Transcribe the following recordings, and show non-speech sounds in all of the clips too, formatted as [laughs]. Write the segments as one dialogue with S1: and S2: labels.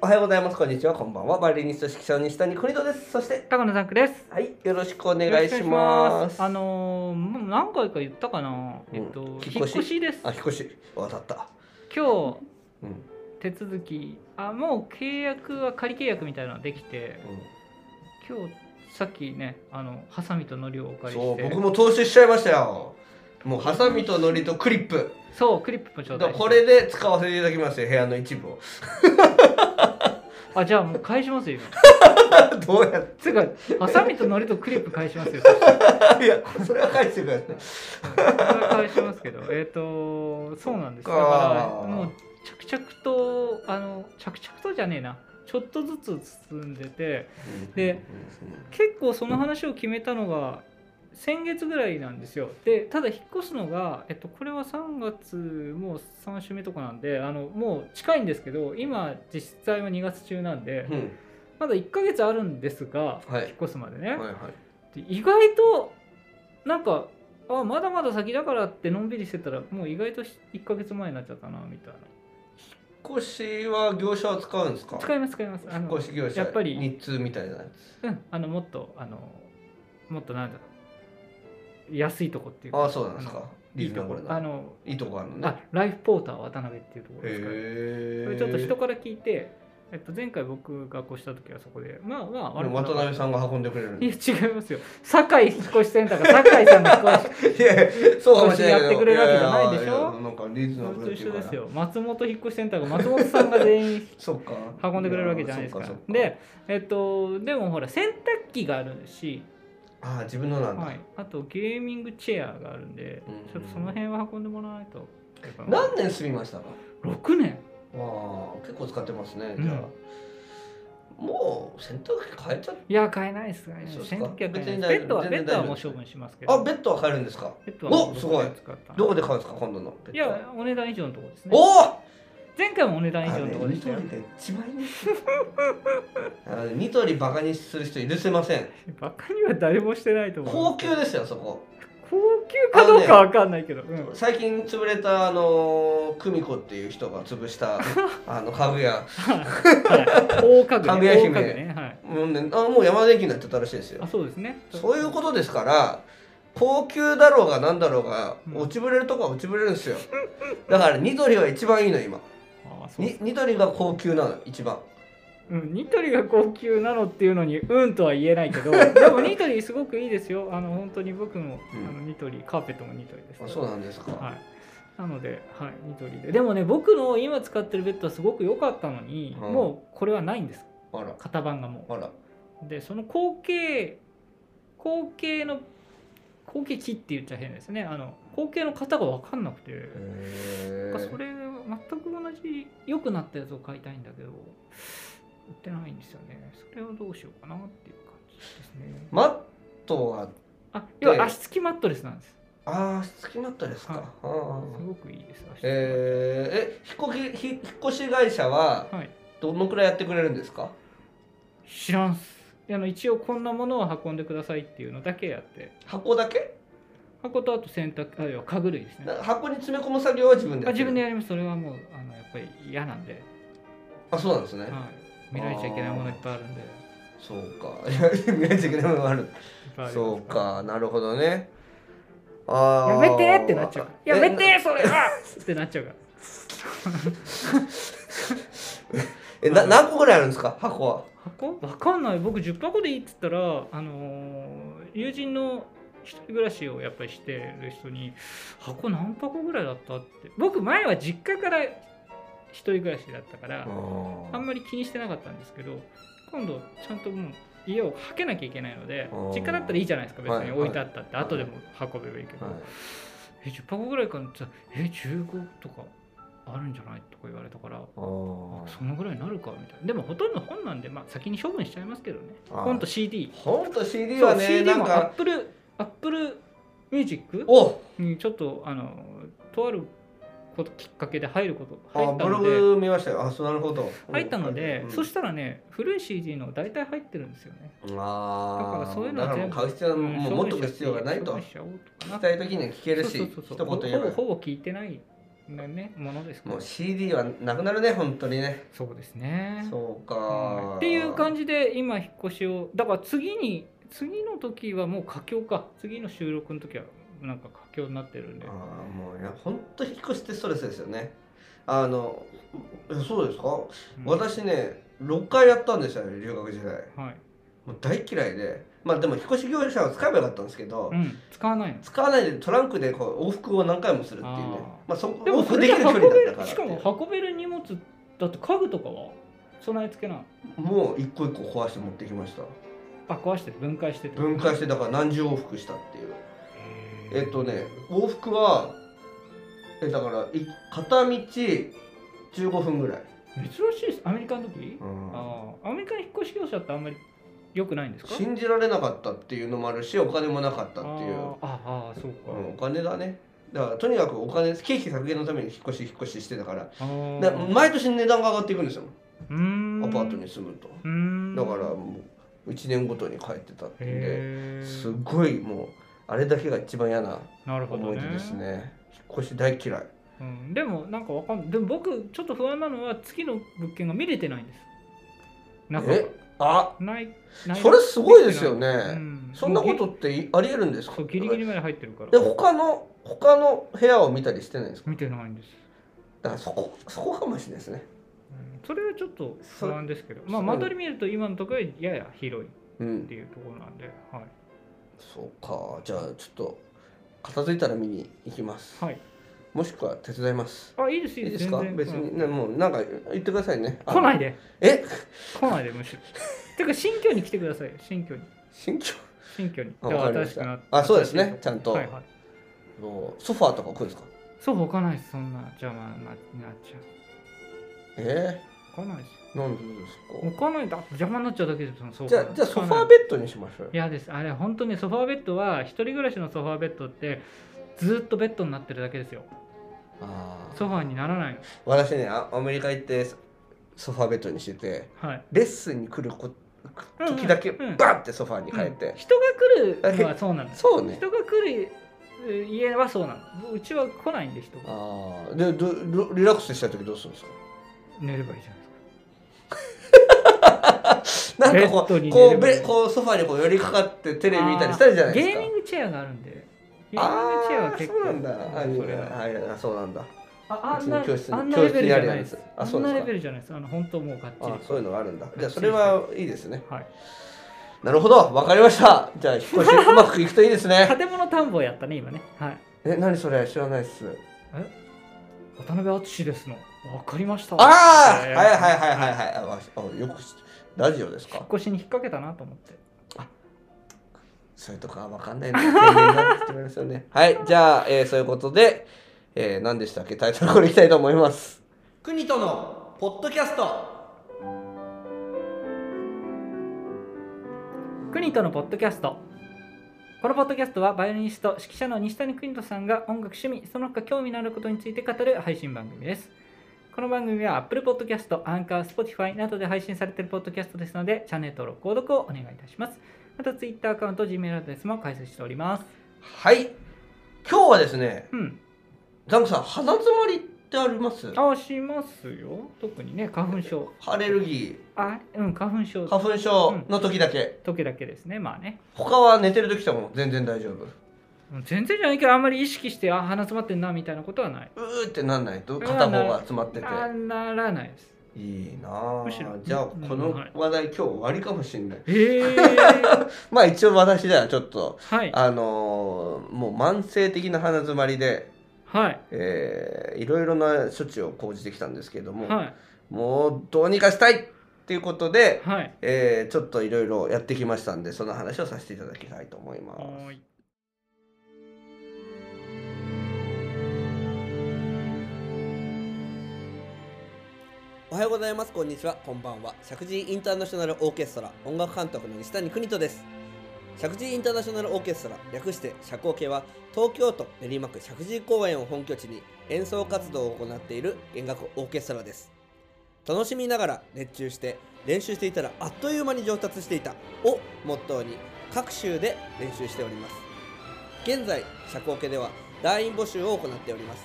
S1: おはようございます。こんにちは。こんばんは。バイオリニスト指揮者の西谷邦人です。そして、
S2: 高野ザンクです。
S1: はい、よろしくお願いします。
S2: あのー、もう何回か言ったかな。
S1: うん
S2: えっと、
S1: 引っ越し
S2: 引っ越しです。
S1: あ、引っ越し、渡った。う
S2: 今日
S1: ん、うん、
S2: 手続き、あ、もう契約は仮契約みたいなのできて、今日さっきね、あのハサミとノリをお借り
S1: そ
S2: し
S1: う、
S2: て、
S1: 僕も投資しちゃいましたよ。もうハサミとノリとクリップ。
S2: そうクリップもちょ
S1: だ
S2: う
S1: か
S2: だ
S1: ら
S2: いして。
S1: これで使わせていただきますよ。部屋の一部を。 [laughs]
S2: あ、じゃあもう返
S1: [laughs]
S2: しますよ。
S1: どうやっ [laughs]
S2: つうかハサミとノリとクリップ返しますよ。そしたら
S1: て。いや、それは返してください。
S2: それは返しますけど、えっ、とそうなんです。だか
S1: あー
S2: らもう着々とあの着々とじゃねえな。ちょっとずつ進んでて。 [laughs] で結構その話を決めたのが先月ぐらいなんですよでただ引っ越すのが、えっと、これは3月もう3週目とかなんであのもう近いんですけど今実際は2月中なんで
S1: うん、うん、
S2: まだ1ヶ月あるんですが、
S1: はい
S2: 引っ越すまでね、
S1: はいはい。
S2: で意外となんかあまだまだ先だからってのんびりしてたらもう意外と1ヶ月前になっちゃったなみたいな
S1: 引っ越しは業者は使うんですか。
S2: 使います使いますあ
S1: 引っ
S2: の
S1: 越し業者。
S2: やっぱり
S1: 日通みたいなや
S2: うん、あのもっとあのもっとなんだろう安いとこっていう
S1: つ。ああ、そうなんですか。
S2: い
S1: リ
S2: い
S1: ズ
S2: と
S1: ナブ
S2: こ
S1: ル
S2: あ
S1: な。
S2: の
S1: いいとこあるのね。
S2: あライフポーター渡辺っていうところですかね
S1: へえ。
S2: これちょっと人から聞いて、えっと、前回僕が越した時はそこでまあまあ
S1: でも渡辺さんが運んでくれるん
S2: い
S1: で
S2: や違いますよ堺引っ越しセンターが堺さんが引っ越し
S1: いやいやそうかもしれないけど
S2: やってくれるわけじゃないでしょ
S1: やややなんかリーズナ
S2: [laughs] そ
S1: ブルっ
S2: れと
S1: てい
S2: 一緒
S1: うか
S2: で
S1: な
S2: すよ [laughs] 松本引っ越しセンターが松本さんが全員
S1: そっか
S2: 運んでくれるわけじゃないですか
S1: やそっそっ
S2: でえっとでもほら洗濯機があるし、
S1: ああ自分のなんだ、
S2: はい、あとゲーミングチェアがあるんで
S1: うん
S2: ちょっとその辺は運んでもらわないと
S1: 何年住みましたか
S2: 6年
S1: わあ結構使ってますね
S2: うん
S1: じゃあ、もう洗濯機変えちゃっ
S2: いや買えないですね
S1: そうですか
S2: 洗濯機は買え
S1: 別に
S2: な
S1: 大
S2: いベッドは
S1: 全
S2: ベ
S1: 然
S2: ッドは
S1: 大丈夫
S2: もう
S1: です
S2: 処分しますけど
S1: あベッドは変えるんですか
S2: ベッドは
S1: おすごい
S2: 使った
S1: どこで買うんですか今度のベッド
S2: いやお値段以上のところですね
S1: おお
S2: 前回もお値段以
S1: あ
S2: 上の
S1: れ
S2: ところで
S1: ニ
S2: し
S1: ト
S2: た
S1: リ
S2: よ
S1: が一番いい
S2: [laughs]
S1: んですよあのニトリバカにする人許せません
S2: [laughs] バカには誰もしてないと思う
S1: 高級ですよそこ
S2: 高級かどうかわかんないけど、うん
S1: 最近潰れたあの久美子っていう人が潰した
S2: [laughs]
S1: あの家具屋
S2: はい大家具
S1: かぐや
S2: ね
S1: 姫
S2: 大家具ねはい
S1: もう,、ね、あもう山田電機になっちゃったらしいですよ
S2: あそうですね
S1: そういうことですから高級だろうが何だろうが
S2: うん
S1: 落ちぶれるとこは落ちぶれるんですよだからニトリは一番いいの今
S2: あそう
S1: にニトリが高級なの一番
S2: うん、ニトリが高級なのっていうのにうんとは言えないけどでもニトリすごくいいですよあの本当に僕も、
S1: うん
S2: あのニトリカーペットもニトリです
S1: あそうなんですか、
S2: はい、なので、はい、ニトリででもね僕の今使ってるベッドはすごく良かったのに、
S1: うん
S2: もうこれはないんです
S1: あら
S2: 型番がも
S1: あら
S2: うでその後継後継の後継機って言っちゃ変ですねあの後継の型が分かんなくて、
S1: へ
S2: なんかそれ全く同じ良くなったやつを買いたいんだけど売ってないんですよねそれをどうしようかなっていう感じですね
S1: マットは
S2: あ要は足つきマットレスなんです
S1: ああ付きマットですか、
S2: はい
S1: あー
S2: すごくいいです足つきマットレス
S1: えー、え引っ越し引っ越し会社は
S2: はい
S1: どのくらいやってくれるんですか
S2: 知らんっすあの一応こんなものを運んでくださいっていうのだけやって
S1: 箱だけ
S2: 箱とあと洗濯あるいは家具類ですね
S1: な箱に詰め込む作業は自分で
S2: あ
S1: やってる
S2: 自分でやりますそれはもうあのやっぱり嫌なんで、
S1: あそうなんですね、
S2: はい、見られちゃいけないものいっぱいあるんでいっ
S1: そうかいや見ないといけないものがある
S2: ぱいあります
S1: そうかなるほどねあ
S2: や
S1: ー
S2: めてってなっちゃうからやめ
S1: え
S2: てそれは [laughs] ってなっちゃうから
S1: えな何個ぐらいあるんですか箱は
S2: 箱わかんない僕10箱でいいっつったら、あのー友人の一人暮らしをやっぱりしてる人に箱何箱ぐらいだったって僕前は実家から一人暮らしだったから、あんまり気にしてなかったんですけど今度ちゃんともう家をはけなきゃいけないので
S1: あー
S2: 実家だったらいいじゃないですか別
S1: はい
S2: に
S1: はい
S2: 置いてあったって後でも運べばいいけど、
S1: はい
S2: え10箱ぐらいかなって言ったらえ15とかあるんじゃないとか言われたから
S1: あー
S2: そのぐらいになるかみたいなでもほとんど本なんで、まあ、先に処分しちゃいますけどね
S1: あー
S2: 本と CD
S1: 本当 CD
S2: そ
S1: は
S2: う
S1: ね
S2: CD
S1: なん
S2: もアッ
S1: か
S2: プルアップルミュージック
S1: お
S2: にちょっとあのとあることきっかけで入ること
S1: あ
S2: 入った
S1: ブロ
S2: ので
S1: グ見ましたよあそうなるほど
S2: 入ったので、
S1: うん
S2: そしたらね古い CD の大体入ってるんですよね
S1: ああ
S2: だからそういうの
S1: だ
S2: は
S1: からもう買
S2: 全部
S1: う必要は
S2: うん
S1: もう持っとく必要がないと聞
S2: 処分しちゃおうとかな
S1: きたい時には聞けるし
S2: そうそうそうそう
S1: 一言言えば
S2: ほぼほぼ聞いてないなねものですか
S1: も
S2: ら
S1: う CD はなくなるね本当にね
S2: そうですね
S1: そう
S2: は
S1: か
S2: いっていう感
S1: じ
S2: じで今引っ越しをだから次に次の時はもう佳境か次の収録の時はなんか佳境になってるんで
S1: ああもういや本当引っ越しってストレスですよねあのえそうですか、
S2: うん
S1: 私ね6回やったんですよね留学時代
S2: はい、
S1: もう大嫌いでまあでも引っ越し業者を使えばよかったんですけど、
S2: うん、使わないの
S1: 使わないでトランクでこう往復を何回もするっていうね
S2: あ
S1: まあ、そこ
S2: で
S1: 往
S2: もそ
S1: 復
S2: れ
S1: で
S2: じ
S1: き
S2: ゃ
S1: る距離だ
S2: 運
S1: っ
S2: べ
S1: たから
S2: る
S1: って
S2: しかも運べる荷物だって家具とかは備え付けなの
S1: もう一個一個壊して持ってきました
S2: あ壊して分解してって
S1: 分解してだから何十往復したっていう
S2: へー
S1: えっとね往復はえだからい片道15分ぐらい、
S2: 珍しいですアメリカの時、
S1: うん
S2: ああアメリカの引っ越し業者ってあんまり良くないんですか
S1: 信じられなかったっていうのもあるしお金もなかったっていう、
S2: あーあーそうか、
S1: うんお金だねだからとにかくお金経費削減のために引っ越し引っ越ししてたから
S2: あー
S1: だから毎年値段が上がっていくんですよ
S2: うーん
S1: アパートに住むと
S2: うーん
S1: だからもう1年ごとに帰ってたっていうんで
S2: へー
S1: すごいもうあれだけが一番嫌な
S2: なるほど
S1: 思い
S2: ね
S1: 出ですね引っ越し大嫌い
S2: うん、でもなんかわかんないでも僕ちょっと不安なのは次の物件が見れてないんですなんか
S1: えあ
S2: ないない
S1: それすごいですよ
S2: う
S1: ね、
S2: ん
S1: そんなこ
S2: も
S1: とっていありえるんです
S2: う
S1: か
S2: そうギリギリまで入ってるから
S1: で他の他の部屋を見たりしてないんですか
S2: 見てないんです、
S1: だからそこそこかもしれないですね
S2: うんそれはちょっと不安ですけどまあ間取り見ると今のところはやや広いっ
S1: うん
S2: ていうところなんではい、
S1: そうかじゃあちょっと片付いたら見に行きます
S2: はい、
S1: もしくは手伝います
S2: あいいですい
S1: い
S2: い
S1: いで
S2: で
S1: すすか
S2: 全然
S1: 別
S2: うん
S1: にねもうなんか言ってくださいねあ
S2: 来ないで
S1: え
S2: 来ないでむしろ [laughs] てか新居に来てくださいよ新居に
S1: 新居
S2: 新居に
S1: あわかりまし
S2: 新
S1: た
S2: くな
S1: あそうですねちゃんと、
S2: はいはい
S1: もうソファーとか置くんですか
S2: そう置かないですそんな邪魔になっちゃ
S1: え
S2: う置かないです
S1: ー、なんでです
S2: 置かないだ邪魔になっちゃうだけですよそ
S1: か
S2: の
S1: じ
S2: ソファー
S1: ゃあじゃあソファー
S2: ッ
S1: ベッドにしましょうよ
S2: ドいやですあれ本当にソファーベッドは一人暮らしのソファーベッドってずっとベッドになってるだけですよ
S1: あ
S2: ソ
S1: ー
S2: ファーにならないの
S1: 私ねあアメリカ行ってソファーベッドにしてて
S2: はい
S1: レッスンに来るこ
S2: うんうん
S1: 時だけ
S2: うん
S1: バンってソファーに変え
S2: うん
S1: て、
S2: 人が来るのはそうなんです
S1: そうね
S2: 人が来る家はそうなんですうちは来ないんで人が
S1: ああでどどリラックスしたい時どうするんですか
S2: 寝ればいいじゃないですか
S1: なんかこ
S2: ベッド
S1: う
S2: に
S1: こ
S2: 寝
S1: う
S2: ればいい
S1: べこうソファーにこう寄りかかってテレビ見たりしたりじゃないですか
S2: ゲーミングチェアがあるんでゲーミン
S1: あ
S2: グチェアは
S1: あ
S2: 結構
S1: そうなんだあいい
S2: そ
S1: ね
S2: れは
S1: はいあそうなんだ
S2: ああん
S1: うち
S2: な
S1: の教室に
S2: あんなレベルじゃないです
S1: 教室にあるやつ
S2: あ
S1: あそうんです
S2: な
S1: か
S2: レベルじゃないですあの本当もうがっちり
S1: あそういうのがあるんだじゃあ
S2: そう
S1: そ
S2: です
S1: れはいいですね
S2: はい
S1: なるほどわかりましたじゃあ引っ越しうまくいくといいですね
S2: 建物探訪やったね今ねはい
S1: え何それ知らないっす
S2: 渡辺淳ですのわかりました
S1: ああはい
S2: えー
S1: はいはいはいはいあわしあよく知ってラジオです
S2: 引っ
S1: か
S2: 越しに引っ掛けたなと思って
S1: そういうとこはわかんないな天然だって言われますよねはいじゃあ、えーそういうことで、えー、何でしたっけタイトルこれいきたいと思います国とのポッドキャスト
S2: クニトのポッドキャストこのポッドキャストはバイオリニスト指揮者の西谷邦人さんが音楽趣味その他興味のあることについて語る配信番組ですこの番組は Apple Podcast、Anchor、Spotify などで配信されているポッドキャストですのでチャンネル登録、購読をお願いいたしますまた Twitter アカウント、Gmail アドレスも開設しております
S1: はい今日はですね
S2: うん、
S1: ザンクさん鼻づまりってあります
S2: あしますよ特にね花粉症
S1: アレルギ
S2: あうん花粉症
S1: ー花粉症の時だけ、
S2: 時だけですねまあね
S1: 他は寝てる時とかも全然大丈夫
S2: うん全然じゃないけどあんまり意識してあ鼻詰まってんなみたいなことはないう
S1: ーってなんないと
S2: ん
S1: 片方が集まってて
S2: あならないです
S1: いいなあ
S2: むしろ
S1: じゃあ
S2: うん
S1: この
S2: はい
S1: 話題今日終わりかもしれない
S2: ええー、
S1: まあ一応私ではちょっと
S2: はい
S1: あのーもう慢性的な鼻づまりで、
S2: はい
S1: えーいろいろな処置を講じてきたんですけども、
S2: はい
S1: もうどうにかしたいっていうことで、
S2: はい
S1: えーちょっといろいろやってきましたんでその話をさせていただきたいと思います。
S2: はーい
S1: おはようございます。こんにちは。こんばんは。石神井インターナショナルオーケストラ音楽監督の西谷邦人です。石神井インターナショナルオーケストラ略して社交系は東京都練馬区石神井公園を本拠地に演奏活動を行っている弦楽オーケストラです。楽しみながら熱中して練習していたらあっという間に上達していたをモットーに各州で練習しております。現在社交系では団員募集を行っております。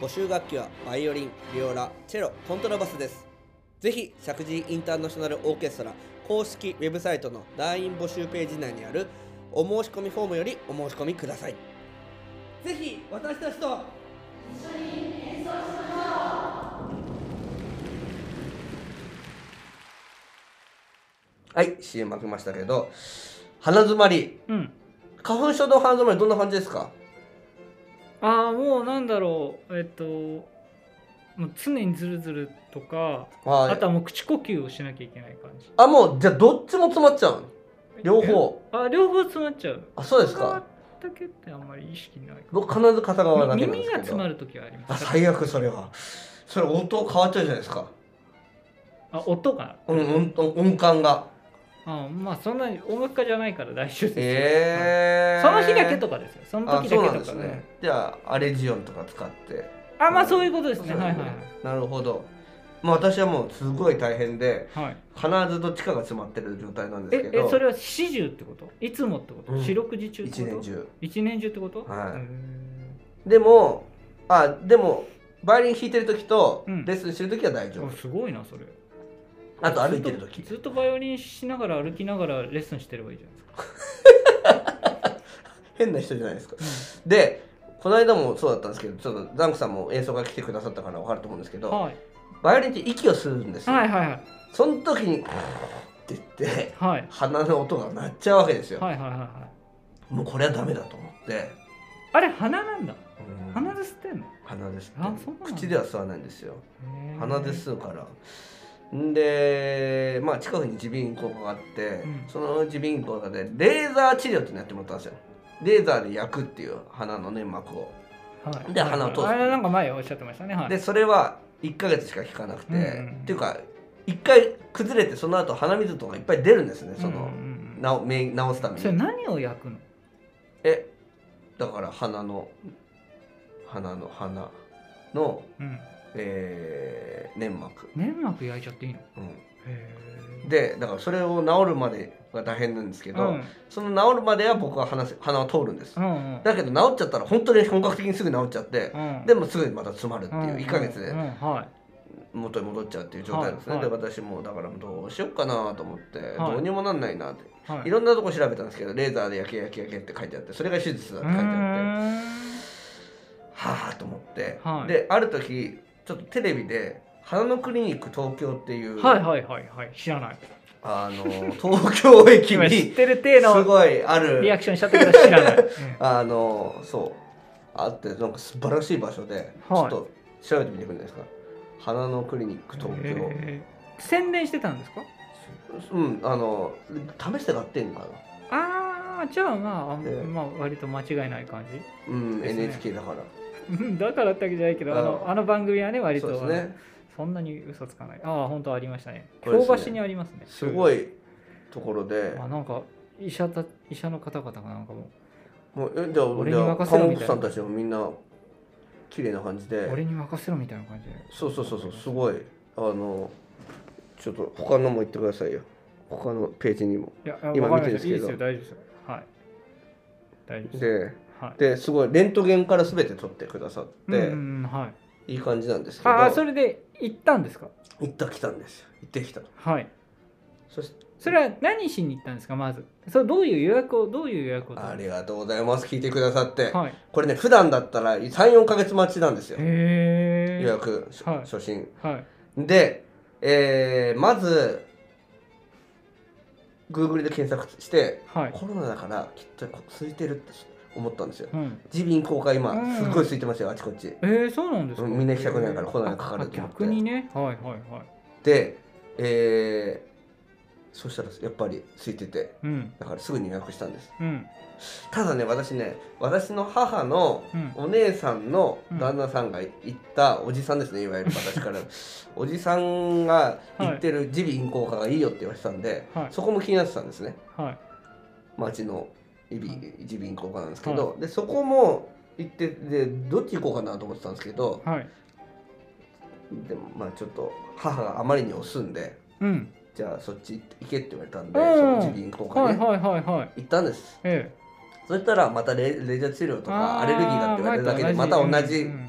S1: 募集楽器はバイオリンビオラチェロコントラバスですぜひ石神井インターナショナルオーケストラ公式ウェブサイトの団員募集ページ内にあるお申し込みフォームよりお申し込みくださいぜひ私たちとはい CM 開けましたけど鼻詰まり
S2: うん
S1: 花粉症と鼻詰まりどんな感じですか
S2: ああもうなんだろうえっともう常にズルズルとか
S1: はい
S2: あとはもう口呼吸をしなきゃいけない感じ
S1: あもうじゃあどっちも詰まっちゃうの両方
S2: あ両方詰まっちゃう
S1: あそうですか
S2: 片側だけってあんまり意識ないか
S1: 僕必ず片側だけなんで
S2: 耳
S1: す
S2: が
S1: け
S2: 詰
S1: ど
S2: まる時はありま
S1: あ
S2: す
S1: 最悪それはそれ音変わっちゃうじゃないですか
S2: あ音が
S1: うんうん音音感が
S2: あまあそんなに音楽家じゃないから大丈夫ですよ
S1: ええー、
S2: その日だけとかですよその
S1: あ
S2: 時だ
S1: そう
S2: けと
S1: な
S2: か
S1: んですねじゃあアレジオンとか使って
S2: あまあそういうことですね
S1: そう
S2: はいはいは
S1: なるほどまあ私はもうすごい大変で
S2: い、はい、
S1: 必ずどっちかが詰まってる状態なんです
S2: え
S1: け
S2: え
S1: ど
S2: それは四十ってこといつもってこと、
S1: うん
S2: 四六時中って
S1: 一
S2: こと
S1: 年中
S2: 一年中ってこと
S1: はい
S2: うん
S1: でもあでもバイオリン弾いてる時と
S2: うん
S1: レッスンしてる時は大丈夫、
S2: あすごいなそれ
S1: あと歩いてる時
S2: ずっとずっとバイオリンしながら歩きながらレッスンしてればいいじゃないですか
S1: 変な人じゃないですかでこの間もそうだったんですけどちょっとザンクさんも演奏が来てくださったから分かると思うんですけど、
S2: はい
S1: バイオリンって息を吸うんですよ、
S2: はいはいはい
S1: その時に「って言って
S2: はい
S1: 鼻の音が鳴っちゃうわけですよ、
S2: はいはいはいはい
S1: もうこれはダメだと思って、
S2: あれ鼻なんだ
S1: うん
S2: 鼻で吸ってんの
S1: 鼻です
S2: あそうなんだ
S1: 口では吸わないんですよ
S2: へー
S1: 鼻で吸うからんでまあ近くに耳鼻咽喉科があって、
S2: ん
S1: その耳鼻咽喉科でレーザー治療っていうのやってもらったんですよレーザーで焼くっていう鼻の粘膜を
S2: はい
S1: で鼻を通す
S2: あれなんか前おっしゃってましたねはい
S1: でそれは1ヶ月しか効かなくて、
S2: うんうん
S1: っていうか1回崩れてその後鼻水とかいっぱい出るんですねそ
S2: うんう
S1: の、
S2: んうん
S1: なおめ治すため
S2: それ
S1: に
S2: 何を焼くの
S1: えだから鼻の鼻の鼻の、
S2: うん
S1: えー粘膜、
S2: 粘膜焼いちゃっていいの
S1: う
S2: へ
S1: ん、
S2: ー
S1: でだからそれを治るまでが大変なんですけど、
S2: うん
S1: その治るまでは僕は鼻せ鼻を通るんです、
S2: うんうん
S1: だけど治っちゃったら本当に本格的にすぐ治っちゃって、
S2: うん
S1: でもすぐにまた詰まるっていう、
S2: うん
S1: 1ヶ月で
S2: うんは
S1: 元に戻っちゃうっていう状態ですね、
S2: はいはい
S1: で私もだからどうしようかなと思って、
S2: はい
S1: どうにもなんないなって、
S2: いはい
S1: い、ろんなとこ調べたんですけどレーザーで焼け焼け焼けって書いてあってそれが手術だって書いてあって
S2: う
S1: は
S2: ーん
S1: あと思って、
S2: はい
S1: である時ちょっとテレビで「花のクリニック東京」っていう、
S2: はいはいはいはい知らない
S1: あの東京駅
S2: 今知っ [laughs]
S1: に
S2: てる
S1: す
S2: 程度
S1: ごいある
S2: リアクションしちゃったから知ら
S1: [laughs]
S2: ない、
S1: あのそうあってなんか素晴らしい場所で、ちょっと調べてみてくれないですか花のクリニック東京、
S2: えー宣伝してたんですか
S1: うんあの試して買ってんのかな
S2: ああじゃあまあ、あん
S1: ええ
S2: まあ割と間違いない感じ
S1: うん、
S2: ですね
S1: NHK だから
S2: うんだからってわけじゃないけどあの
S1: あ
S2: あの番組はね割
S1: そうで
S2: と
S1: すね
S2: そんなに嘘つかないああ本当ありましたね
S1: これで
S2: 京
S1: すね
S2: 橋にありますね
S1: すご
S2: い
S1: いところで
S2: あなんか医者た医者の方々がなんかも
S1: もうえじゃあ
S2: 俺
S1: じ
S2: に
S1: ゃあ
S2: 任せ
S1: 看
S2: ろ
S1: 護
S2: み
S1: 婦
S2: たい
S1: さ
S2: な
S1: んたちもみんな綺麗な感じ
S2: う
S1: で
S2: 俺に任せろみたいな感じで
S1: そうそうそうそうすごいあのちょっと他のも言ってくださいよ他のページにも
S2: いやいや
S1: 今
S2: わかりま
S1: 見
S2: してた
S1: る
S2: いい
S1: んですけど
S2: ですよ大丈夫ですよはい大丈夫です
S1: で
S2: はい
S1: ですごいレントゲンから全て撮ってくださって、
S2: うんうんうんはい
S1: いい感じなんですけど
S2: ああそれで行ったんですか
S1: 行った来たんですよ行ってきた
S2: はい
S1: そして
S2: それは何しに行ったんですかまずそれどういう予約をどういう予約を
S1: ありがとうございます聞いてくださって、
S2: はいへ
S1: これね普段だったら34か月待ちなんですよ
S2: え
S1: 予約、し
S2: はい
S1: 初心
S2: はい
S1: で、えーまず Google で検索して、
S2: はい
S1: コロナだからきっとこ空いてるって思ったんですよ
S2: うん
S1: 耳鼻咽喉科今
S2: うん
S1: すっごい空いてますよあちこち
S2: えー、そうなんですか
S1: うんみんな行きたくないからコロナにかかる
S2: あ
S1: と思って
S2: 逆にねはいはいはい
S1: でえーそしたらやっぱり空いてて
S2: うん
S1: だからすぐに予約したんです
S2: うん
S1: ただね私ね私の母の
S2: うん
S1: お姉さんの旦那さんが行ったおじさんですね、いわゆる私
S2: [laughs]
S1: からおじさんが行ってる耳鼻咽喉科がいいよって言われてたんで、
S2: はい
S1: そこも気になってたんですね
S2: はい
S1: 町の耳鼻
S2: は
S1: 耳鼻咽喉科なんですけど、でそこも行ってでどっち行こうかなと思ってたんですけど
S2: はい
S1: でもまあちょっと母があまりに押すんで
S2: うん
S1: じゃあそっち行けって言われたんで、
S2: うん
S1: その耳鼻咽喉科
S2: はい
S1: に
S2: はいはいはい
S1: 行ったんです。
S2: ええ
S1: そしたらまたレレーザー治療とかアレルギーだって言われるだけで
S2: ー
S1: また同じ
S2: うんうん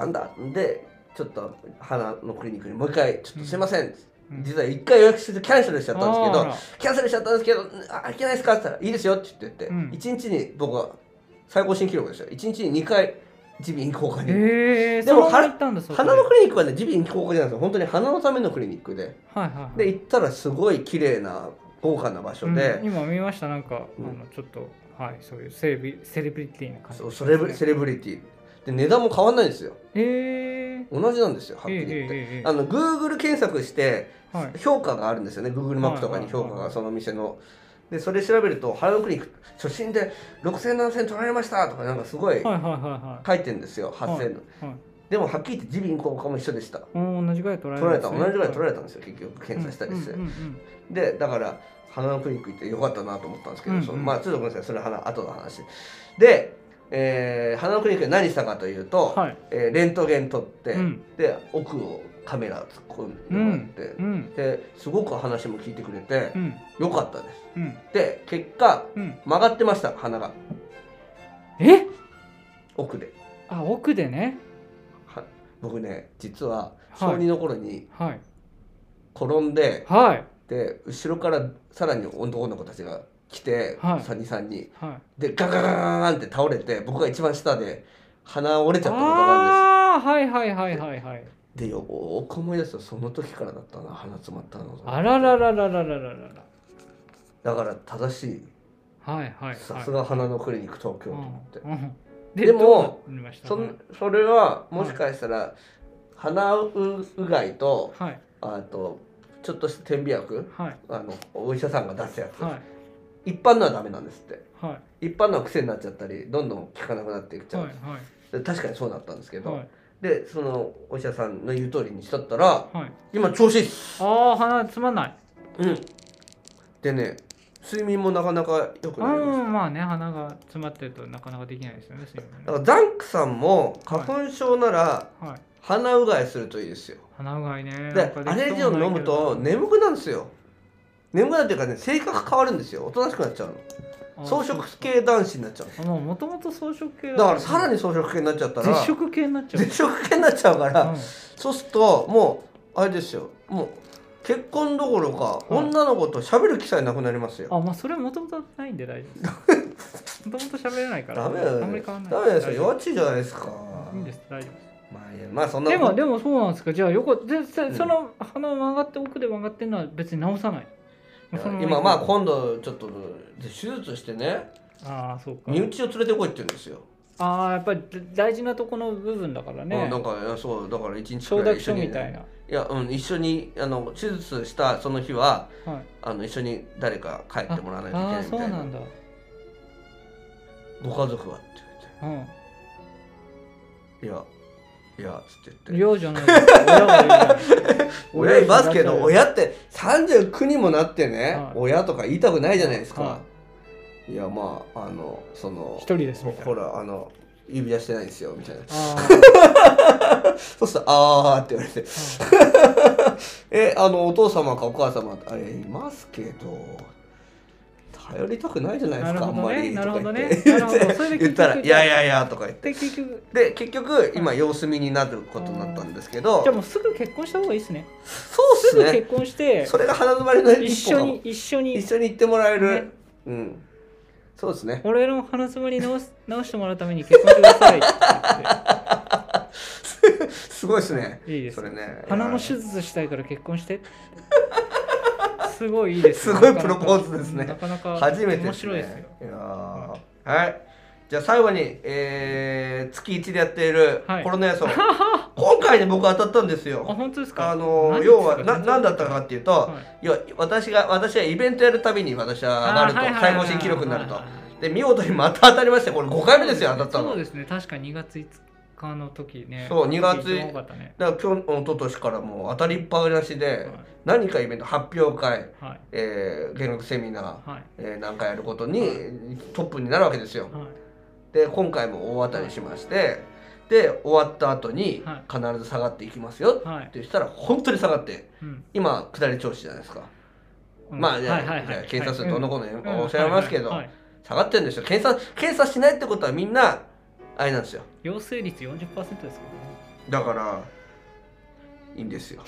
S1: なんだでちょっと花のクリニックにもう一回ちょっとすいません、
S2: うん
S1: 実は一回予約してキャンセルしちゃったんですけど、
S2: あ
S1: キャンセルしちゃったんですけど、あ、開けないですかって言ったら、いいですよって言ってて、
S2: うん
S1: 一1日に僕は最高新記録でしたよ。1日に2回、耳鼻咽喉科
S2: ら
S1: に。
S2: へえ
S1: でも
S2: そんな行ったんだそこ
S1: 鼻のクリニックはね、耳鼻咽喉科じゃないんですよ。本当に鼻のためのクリニックで。
S2: はいはいはい
S1: で、行ったらすごい綺麗な、豪華な場所で、
S2: うん今見ましたなんか、
S1: うん
S2: あのちょっとはいそういうセレブセレブリティな感じ
S1: そうセレブセレブリティ。で、値段も変わんないんですよ。
S2: えー、
S1: 同じなんですよ、はっ
S2: え
S1: きり
S2: え
S1: 言って。
S2: ええええ
S1: あの Google 検索して
S2: はい
S1: 評価があるんですよね、Google マップとかに評
S2: はい
S1: 価
S2: はいは
S1: が
S2: い
S1: その店の。でそれ調べると原のクリニック初心で60007000取られましたとかなんかすごい
S2: はいはいは
S1: 書いてんですよ8000の、
S2: いはいはい
S1: でもはっきり言って耳鼻咽喉科も一緒でした
S2: おー同じぐらい取られ
S1: 取ら
S2: るん
S1: れ
S2: で
S1: た
S2: す
S1: 同
S2: ね
S1: じぐらい取ら
S2: れ
S1: れたんですよ結局検査したりして、
S2: うんうんうん
S1: でだから鼻のクリニック行ってよかったなと思ったんですけど、
S2: うんうん
S1: そのまあちょっとごめんなさいそれは鼻後の話で、えー、鼻のクリニックで何したかというと、
S2: うんはい
S1: えーレントゲン撮って、
S2: うん
S1: で奥をカメラ突っ込んでもらって、
S2: うん
S1: ですごく話も聞いてくれて
S2: う、ん
S1: よかったです
S2: うん
S1: で結果
S2: うん
S1: 曲がってました鼻が
S2: え
S1: 奥で
S2: あ奥でね
S1: は僕ね実は
S2: はい
S1: 小2の頃に
S2: はい
S1: 転んで、
S2: はい
S1: で後ろからさらに男の子たちが来て、
S2: はい
S1: 三人三人
S2: はい
S1: でガガガガガンって倒れて僕が一番下で鼻折れちゃったことがあるんです
S2: ああはいはいはいはいはい
S1: でよーく思い出すとその時からだったな鼻詰まったの
S2: あららららららららら
S1: だから正しい
S2: はいはいはい
S1: さすが鼻のクリニック東京と思って、
S2: うんうん
S1: で
S2: で
S1: も
S2: も
S1: そんそれはもしかしたら鼻ううがいと
S2: はい
S1: あとちょっとした点鼻薬
S2: はい
S1: あのお医者さんが出すやつ、
S2: はい
S1: 一般のはダメなんですって
S2: はい
S1: 一般のは癖になっちゃったりどんどん効かなくなっていっちゃう、
S2: はいはい
S1: で確かにそうだったんですけど、
S2: はい
S1: でそのお医者さんの言う通りにしちゃったら
S2: はい
S1: 今調子いいっす
S2: ああ鼻つまんない
S1: うんでね睡眠もなかなか良く
S2: う
S1: なりました
S2: んまあね鼻が詰まってるとなかなかできないですよね睡眠
S1: だ
S2: ね
S1: からザンクさんも花粉症なら
S2: はい
S1: 鼻うがいするといいですよ
S2: 鼻うがいねなん
S1: で
S2: かで
S1: ア
S2: き
S1: レジ
S2: そ
S1: オ
S2: うも
S1: ン
S2: ない
S1: 飲
S2: け
S1: む
S2: ど
S1: と眠くなるんですよ眠くなるというかね性格変わるんですよおとなしくなっちゃうの
S2: あー
S1: 草食系男子になっちゃうの
S2: あもうもともと草食系
S1: だからさら
S2: に
S1: に草食系になっちゃったら
S2: 絶食系になっちゃう
S1: 絶食系になっちゃうから、
S2: うん
S1: そうするともうあれですよもう結婚どころか、
S2: うん
S1: 女の子と喋る機会なくなりますよ
S2: あまあそれはもともとないんで大丈
S1: [laughs]
S2: 夫ですもともと喋れないから
S1: ダメ
S2: あんまり変わんない
S1: ダメですよ幼
S2: 大
S1: 稚じゃないですか
S2: 丈夫いいんです大丈夫です
S1: まあいいやまあそんな
S2: で
S1: こ
S2: も
S1: と
S2: でもそうなんですかじゃあ横で
S1: う
S2: せ
S1: ん
S2: その鼻曲がって奥で曲がってるのは別に直さない、そのまま
S1: 今まあ今度ちょっと手術してね
S2: ああそうか
S1: 身内を連れてこいって言うんですよ、
S2: ああやっぱり大事なとこの部分だから
S1: うん
S2: ね
S1: なんかいやそうだから一日
S2: 承
S1: くらい
S2: 諾
S1: 一緒
S2: 書
S1: にね、
S2: みたいな、
S1: いや、うん、一緒にあの手術したその日は
S2: はい、
S1: あの一緒に誰か帰ってもらわないといけ
S2: あ
S1: な
S2: あ
S1: いみ
S2: そう
S1: たいな
S2: なんだ
S1: ご家族はって言
S2: う
S1: われて「いやいや」っつって
S2: ん
S1: 言って
S2: 寮じ
S1: [laughs]
S2: ゃないです親がいる
S1: 「親いますけど
S2: 親
S1: 親って39にもなってね、
S2: はい
S1: 親とか言いたくないじゃないですか、、
S2: はい
S1: やまああのその
S2: 一人ですみたいな
S1: ほらあの指輪してないんですよみたいな
S2: あ
S1: そうしたら「あー」って言われて
S2: ー
S1: 「えあのお父様かお母様あれいますけど頼りたくないじゃないですか、あんまり」
S2: な
S1: と
S2: る
S1: か
S2: ほ
S1: 言
S2: ど
S1: っ
S2: ね
S1: て
S2: なるほ
S1: [laughs]
S2: どねなるほどそれで
S1: 言ったら「
S2: 結局
S1: いやいやいや」とか言って
S2: で
S1: [laughs]
S2: 結局
S1: で結局今様子見になることになったんですけど
S2: じゃあもうすぐ結婚した方がいいですね
S1: そうっ
S2: す
S1: す
S2: ぐ
S1: ね
S2: 結婚して
S1: それが花詰まりの
S2: 一
S1: 一歩
S2: 緒
S1: か
S2: に
S1: も
S2: 一緒に
S1: 一緒に行ってもらえる、
S2: ね
S1: うんそうですね
S2: 俺の鼻つまり直す直してもらうために結婚してくださいって
S1: すごいですね
S2: 言っていいです
S1: それね
S2: 鼻の手術したいから結婚して [laughs] すごいいいです
S1: [laughs]
S2: よ
S1: すごいプロポーズですね
S2: なかなかなか
S1: 初めてです
S2: 面
S1: ね
S2: 白いですよ
S1: いやーはいじゃあ最後に、えー月1でやっている
S2: はい
S1: コロナ予想、今回ね僕当たったんです
S2: あ
S1: よ
S2: 本当ですか
S1: あのー
S2: 何
S1: 要はな
S2: ですか
S1: 何だったかっていうと、
S2: はい
S1: 要は私が私はイベントやるたびに私は上がると
S2: あーはいはいはい
S1: 最
S2: は
S1: 高
S2: い
S1: 新記録になると
S2: はいはいはい
S1: で見事にまた当たりましてこれ5回目ですよ当たったの
S2: そうですね確か2月5日の時ね
S1: そう2月
S2: 一番多かったね
S1: だから今日の一昨年からもう当たりっぱなしで、何かイベント発表会、
S2: はいはい
S1: えー、見学セミナー、
S2: はい
S1: えーなんかやることにトップになるわけですよ。
S2: はい
S1: で今回も大当たりしましてで終わった後に
S2: は
S1: 必ず下がっていきますよ
S2: はい
S1: ってしたら本当に下がって
S2: うん
S1: 今下り調子じゃないですか。
S2: うん
S1: まあじゃあ,、
S2: はいはい
S1: じゃ
S2: は
S1: あ
S2: い
S1: 検査数どうのこうの
S2: はいうん
S1: おっしゃいますけど、
S2: はいはい
S1: 下がってるんですよ検査検査しないってことはみんなあれなんですよ
S2: 陽性率40%ですからね
S1: だからいいん
S2: [laughs]
S1: ですよ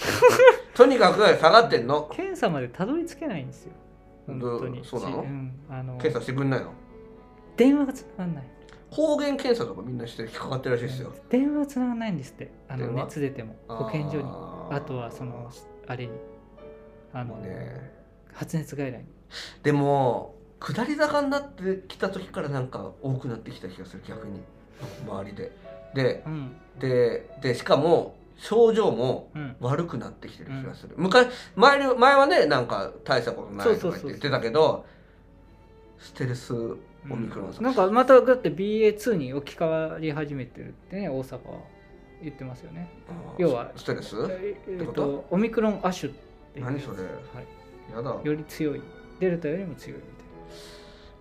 S1: とにかく下がってんの
S2: 検査までたどり着けないんですよ本当に
S1: どそうなの
S2: んあの
S1: 検査してくんないの
S2: 電話がつながんない
S1: 抗原検査とかみんなして引っかかってるらしいですよ
S2: 電話がつながんないんですってあの
S1: 電話
S2: 熱出ても保健所に
S1: あー
S2: あとはそのあれにあの、
S1: もうね
S2: 発熱外来に
S1: でも下り坂になってきた時からなんか多くなってきた気がする逆に周りでで
S2: うん
S1: ででしかも症状も
S2: うん
S1: 悪くなってきてる気がする、昔前に前はねなんか大したことないとか
S2: そ
S1: 言
S2: うそう
S1: って
S2: そう
S1: 言ってたけどステルスオミクロンさん、
S2: なんかまただって BA2 に置き換わり始めてるってね大阪は言ってますよね
S1: あー
S2: 要は
S1: ステルス
S2: ええっ
S1: こと
S2: とオミクロン亜種っていうやつ
S1: 何それ
S2: はい
S1: やだ
S2: より強いデルタよりも強いみ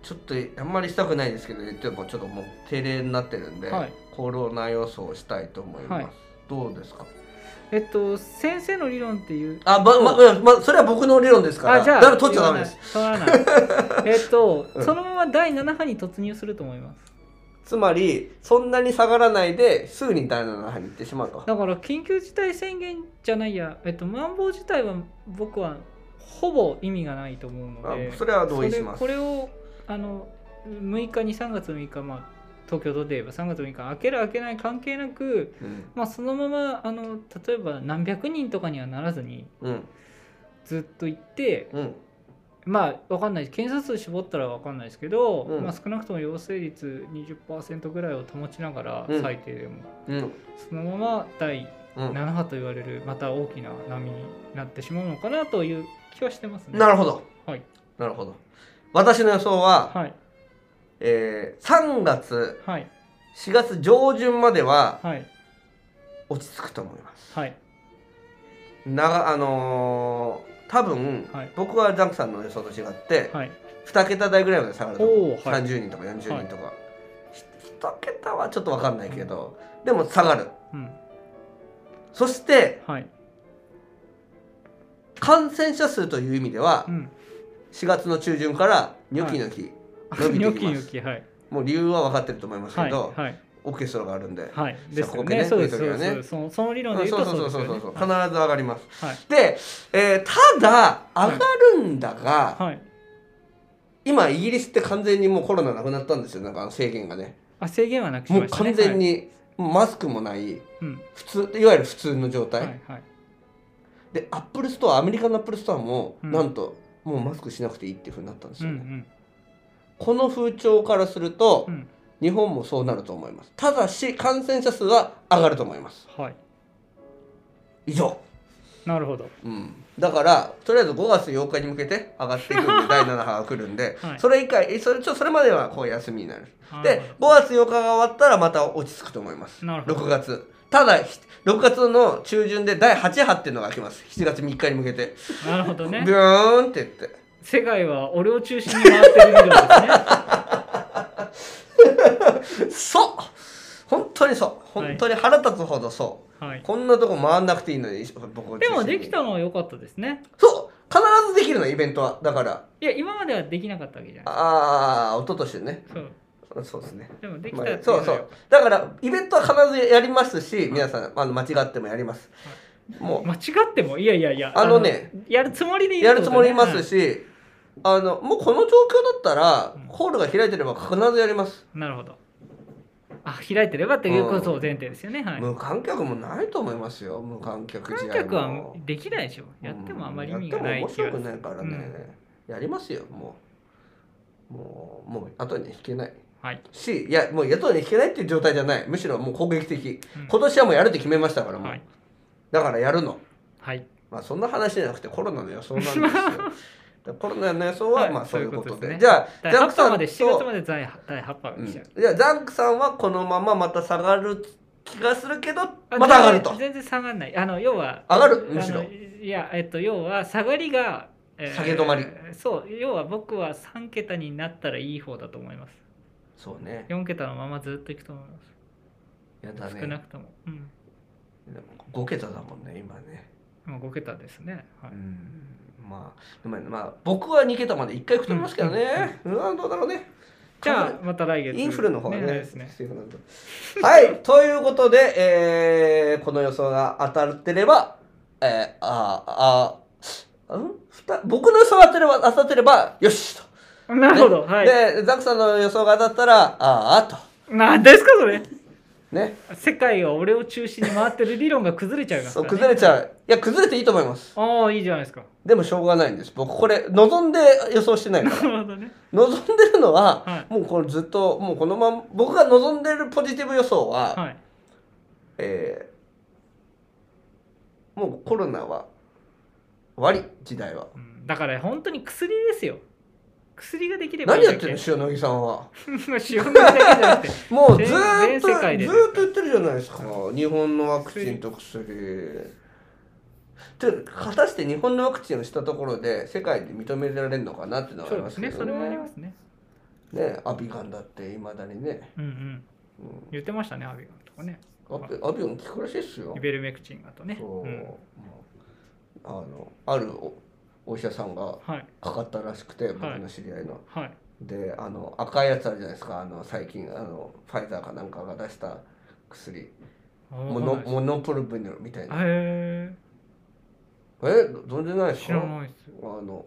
S1: ちょっとあんまりしたくないですけど言ってもちょっともう定例になってるんで、
S2: はい
S1: コロナ予想をしたいと思います、
S2: はい
S1: どうですか
S2: たいなえっと先生の理論っていう
S1: あ、ば、ま、うんま、それは僕の理論ですから。
S2: あじゃあ
S1: だから取っちゃダメです。
S2: 取らない取らないえっと、
S1: [laughs] うん
S2: そのまま第7波に突入すると思います
S1: つまり、そんなに下がらないで、すぐに第7波に行ってしまうと。
S2: だから緊急事態宣言じゃないやえっとまん防自体は僕はほぼ意味がないと思うの
S1: あ
S2: で
S1: それは同意します。
S2: それこれをあの6日に3月6日、まあ、東京都で言えば3月6日開ける開けない関係なく、
S1: うん。
S2: まあ、そのままあの例えば何百人とかにはならずに
S1: うん。
S2: ずっと行って
S1: うん。
S2: まあわかんない検査数絞ったらわかんないですけど、
S1: うん
S2: まあ、少なくとも陽性率20%ぐらいを保ちながら
S1: うん
S2: 最低でも、
S1: うん。
S2: そのまま第
S1: うん。
S2: 7波と言われるまた大きな波になってしまうのかなという気はしてますね。
S1: なるほど。
S2: はい。
S1: なるほど。私の予想は、
S2: はい
S1: えー、3月、
S2: はい
S1: 4月上旬までは
S2: はい
S1: 落ち着くと思います。
S2: はい
S1: なあのー、多分、
S2: はい
S1: 僕はザンクさんの予想と違って、
S2: はい
S1: 2桁台ぐらいまで下がると思う、
S2: おーはい
S1: 30人とか40人とか、ひ1桁はちょっと分かんないけどでも下がる
S2: うん
S1: そして
S2: はい
S1: 感染者数という意味では
S2: うん
S1: 4月の中旬からニョキニョキ、伸びていきます
S2: [laughs] ニョキニョキはい
S1: もう理由は分かってると思います
S2: は
S1: け
S2: い
S1: ど、
S2: はい
S1: オーケストラがあるんで、
S2: はいですよ
S1: こけ
S2: ね
S1: ね
S2: そうです
S1: 増
S2: そ
S1: え
S2: う
S1: て
S2: で
S1: る
S2: す
S1: よね
S2: そうですそのその理
S1: う
S2: 論
S1: ん
S2: で言
S1: そうう
S2: と
S1: そう
S2: そう
S1: そ
S2: で
S1: う
S2: す
S1: そう
S2: よ
S1: そ
S2: ね
S1: う必ず上がります
S2: はい
S1: で、えーただ上がるんだが、
S2: はい
S1: 今イギリスって完全にもうコロナなくなったんですよなんかあの制限がね
S2: あ制限はなくし
S1: も
S2: ま
S1: う
S2: したね
S1: 完全
S2: はい
S1: にもうマスクもない
S2: うん
S1: 普通いわゆる普通の状
S2: は
S1: 態、
S2: いはい
S1: でアップルストアアメリカのアップルストアも、
S2: うん
S1: なんともうマスクしなくていいっていうふうになったんです
S2: うん
S1: よ
S2: う
S1: ね、
S2: ん
S1: この風潮からすると、
S2: うん
S1: 日本もそうなると思いますただし感染者数は上がると思います
S2: はい
S1: 以上、
S2: なるほど
S1: うん、だからとりあえず5月8日に向けて上がっていくんで第7波が来るんで、
S2: はい
S1: それ以外えそれちょそれまではこう休みになる
S2: な
S1: で
S2: るほ
S1: 5月8日が終わったらまた落ち着くと思います
S2: どなるほど
S1: 6月ただひ6月の中旬で第8波っていうのが来ます7月3日に向けて
S2: なるほど
S1: ビ
S2: ね
S1: ューンっていって
S2: 世界は俺を中心に回ってる理論ですね
S1: そう本当にそう
S2: はい
S1: 本当に腹立つほど [laughs] そう、
S2: はい
S1: こんなとこ回んなくていいのに僕を中心に
S2: でもできたのは良かったですね
S1: そう必ずできるのイベントはだから
S2: いや今まではできなかったわけじゃない
S1: ああ一昨年ね
S2: そう
S1: そうですね
S2: でもできた
S1: ま
S2: っ
S1: あ
S2: ていう
S1: そ
S2: のは
S1: うそうだからイベントは必ずやりますし皆さんあの間違ってもやりますも
S2: 間違ってもいやいやいや
S1: あのね
S2: やるつもりで
S1: う
S2: いる
S1: や
S2: って
S1: る
S2: こ
S1: つ
S2: と
S1: もり
S2: ね
S1: いますしあのもうこの状況だったら
S2: うん
S1: コールが開いてれば必ずやります
S2: なるほど。あ開いてればっていうことを前提ですよね。はい。
S1: 無観客もないと思いますよ無観客時
S2: 観
S1: 代も
S2: 客はできないでしょ。やってもあまり意味がない
S1: やっ
S2: 気
S1: ても
S2: が
S1: 面
S2: す
S1: 白
S2: る
S1: くないからね、やりますよもうもうもう後に引けない
S2: はい。
S1: しいやもう後に引けないっていう状態じゃないむしろもう攻撃的
S2: うん
S1: 今年はもうやるって決めましたからもう、
S2: はい。
S1: だからやるの
S2: はい。
S1: まあそんな話じゃなくてコロナの予想なん
S2: [laughs]
S1: ですよだからコロナの予想は
S2: はい
S1: まあそういうこと
S2: そう
S1: で,、
S2: いうことですね
S1: じゃあ
S2: 第
S1: ザン
S2: 8
S1: クさ
S2: 波
S1: ん
S2: まで
S1: と
S2: 7月まで第8第8波
S1: う
S2: が
S1: ん
S2: 来ち
S1: じ
S2: ゃう。
S1: ゃあザンクさんはこのまままた下がる気がするけどまた上がると
S2: 全然全然下がらない。あの要は
S1: 上がる
S2: あの
S1: むしろ
S2: いやえっと要は下がりが、え
S1: 下げ止まり。
S2: そう要は僕は3桁になったらいい方だと思います。
S1: そうね
S2: 4桁のままずっといくと思いま
S1: やだ
S2: す。
S1: ね
S2: 少なくとも。うん。
S1: でも5桁だもんね今ね
S2: もう5桁ですね。はい。
S1: まあ、でもまあ、僕は2桁まで1回太りますけどね。うん、どうだろうね。
S2: じゃあまた来月、
S1: インフルの方が
S2: ね
S1: ね
S2: ですね
S1: そういうことなんだはいということで、えーこの予想が当たってれば、えー、あーあーんふた僕の予想が当たれば当たってればよしと、
S2: なるほど、はい。
S1: でザクさんの予想が当たったらああと
S2: なんですかそれ
S1: ね
S2: 世界は俺を中心に回ってる理論が崩れちゃいます
S1: そ
S2: か
S1: う
S2: ら、
S1: 崩
S2: ね、
S1: れちゃういや崩れていいと思います
S2: ああいいじゃないですか
S1: でもしょうがないんです僕これ望んで予想してないか
S2: な
S1: ら
S2: るほどね
S1: 望んでるのは、
S2: は
S1: もうこれずっともうこのまま僕が望んでるポジティブ予想は、
S2: はい
S1: えーもうコロナは終わり時代は
S2: うんだから本当に薬ですよ薬ができればい
S1: 何
S2: い
S1: やっ
S2: だ
S1: て
S2: け
S1: んの塩野義さんは
S2: [laughs] 塩抜きだけじゃなく
S1: [laughs]
S2: て
S1: もうず
S2: 全
S1: ーっとずー
S2: 全世界で
S1: っと言ってるじゃないですか日本のワクチンと薬で果たして日本のワクチンをしたところで世界で認められるのかなっていうのはあ
S2: そ
S1: り
S2: う
S1: ま
S2: ですす
S1: け
S2: ね
S1: ど
S2: それもありますね
S1: ねアビガンだっていまだにね、
S2: うんうん
S1: うん
S2: 言ってましたねアビガンとかね
S1: アビアビガン効くらしいっすよ
S2: イベルメクチンがとね
S1: そう、
S2: うん
S1: あのあるおお医者さんが
S2: はい
S1: かかったらしくて僕の知り合いの、
S2: はい
S1: であの赤いやつあるじゃないですかあの最近あのファイザーかなんかが出した薬モノモノプルブネルみたいな、
S2: へえ
S1: え存じないです
S2: 知
S1: からあ
S2: ないっす、
S1: の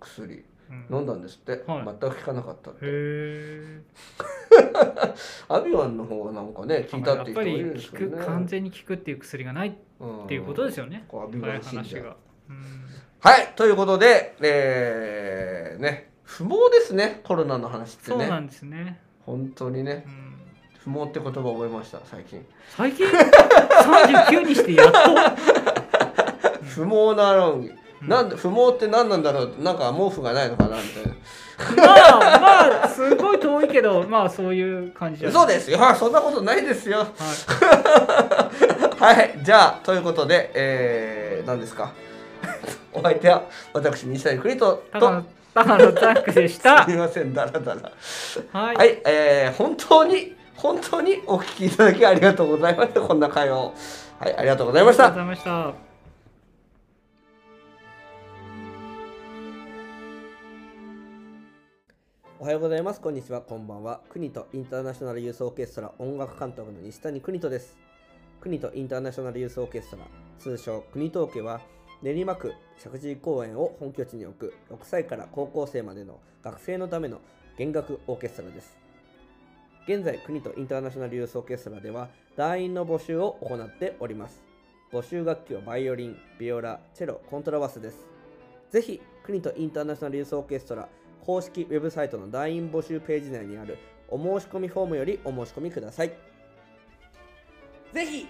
S1: 薬
S2: うん
S1: 飲んだんですって、
S2: はい
S1: 全く効かなかったって
S2: へ
S1: アビワンの方がなんかね
S2: え
S1: 効いたって
S2: やっ
S1: 人
S2: ぱ
S1: 多い
S2: り
S1: るんです
S2: 効
S1: けど
S2: く
S1: ね
S2: 完全に効くっていう薬がないっていうことです
S1: よ
S2: よね
S1: アビ
S2: 早
S1: ワ
S2: い
S1: ン信
S2: 話
S1: 者
S2: が、うん、
S1: はいということでえー、ね不毛ですねコロナの話って
S2: そうな
S1: ね
S2: んですね、
S1: 本当にね
S2: うん、
S1: 不毛って言葉覚えました最近
S2: 最近39にしてやっと、
S1: 不毛な論議
S2: うん
S1: なんで不毛って何なんだろうなんか毛布がないのかなみたいな
S2: まあまあすごい遠いけどまあそういう感じじゃない
S1: 嘘ですよそんなことないですよ
S2: はい
S1: はいじゃあということでえー、何ですか [laughs] お相手は私西谷邦人
S2: ただ
S1: と
S2: のただのザックでした
S1: すみませんダラダラ
S2: は
S1: [laughs]
S2: い、
S1: はい、えー、本当に本当にお聞きいただきありがとうございましたこんな会話をはいありがとうございまし
S2: ありがとう
S1: た
S2: ございました
S1: おはようございます。こんにちは。こんばんは。国とインターナショナルユースオーケストラ音楽監督の西谷邦人です。国とインターナショナルユースオーケストラ、通称国東家は、練馬区石神井公園を本拠地に置く6歳から高校生までの学生のための弦楽オーケストラです。現在、国とインターナショナルユースオーケストラでは、団員の募集を行っております。募集楽器はバイオリン、ビオラ、チェロ、コントラバスです。ぜひ、国とインターナショナルユースオーケストラ公式ウェブサイトの団員募集ページ内にあるお申し込みフォームよりお申し込みください。ぜひ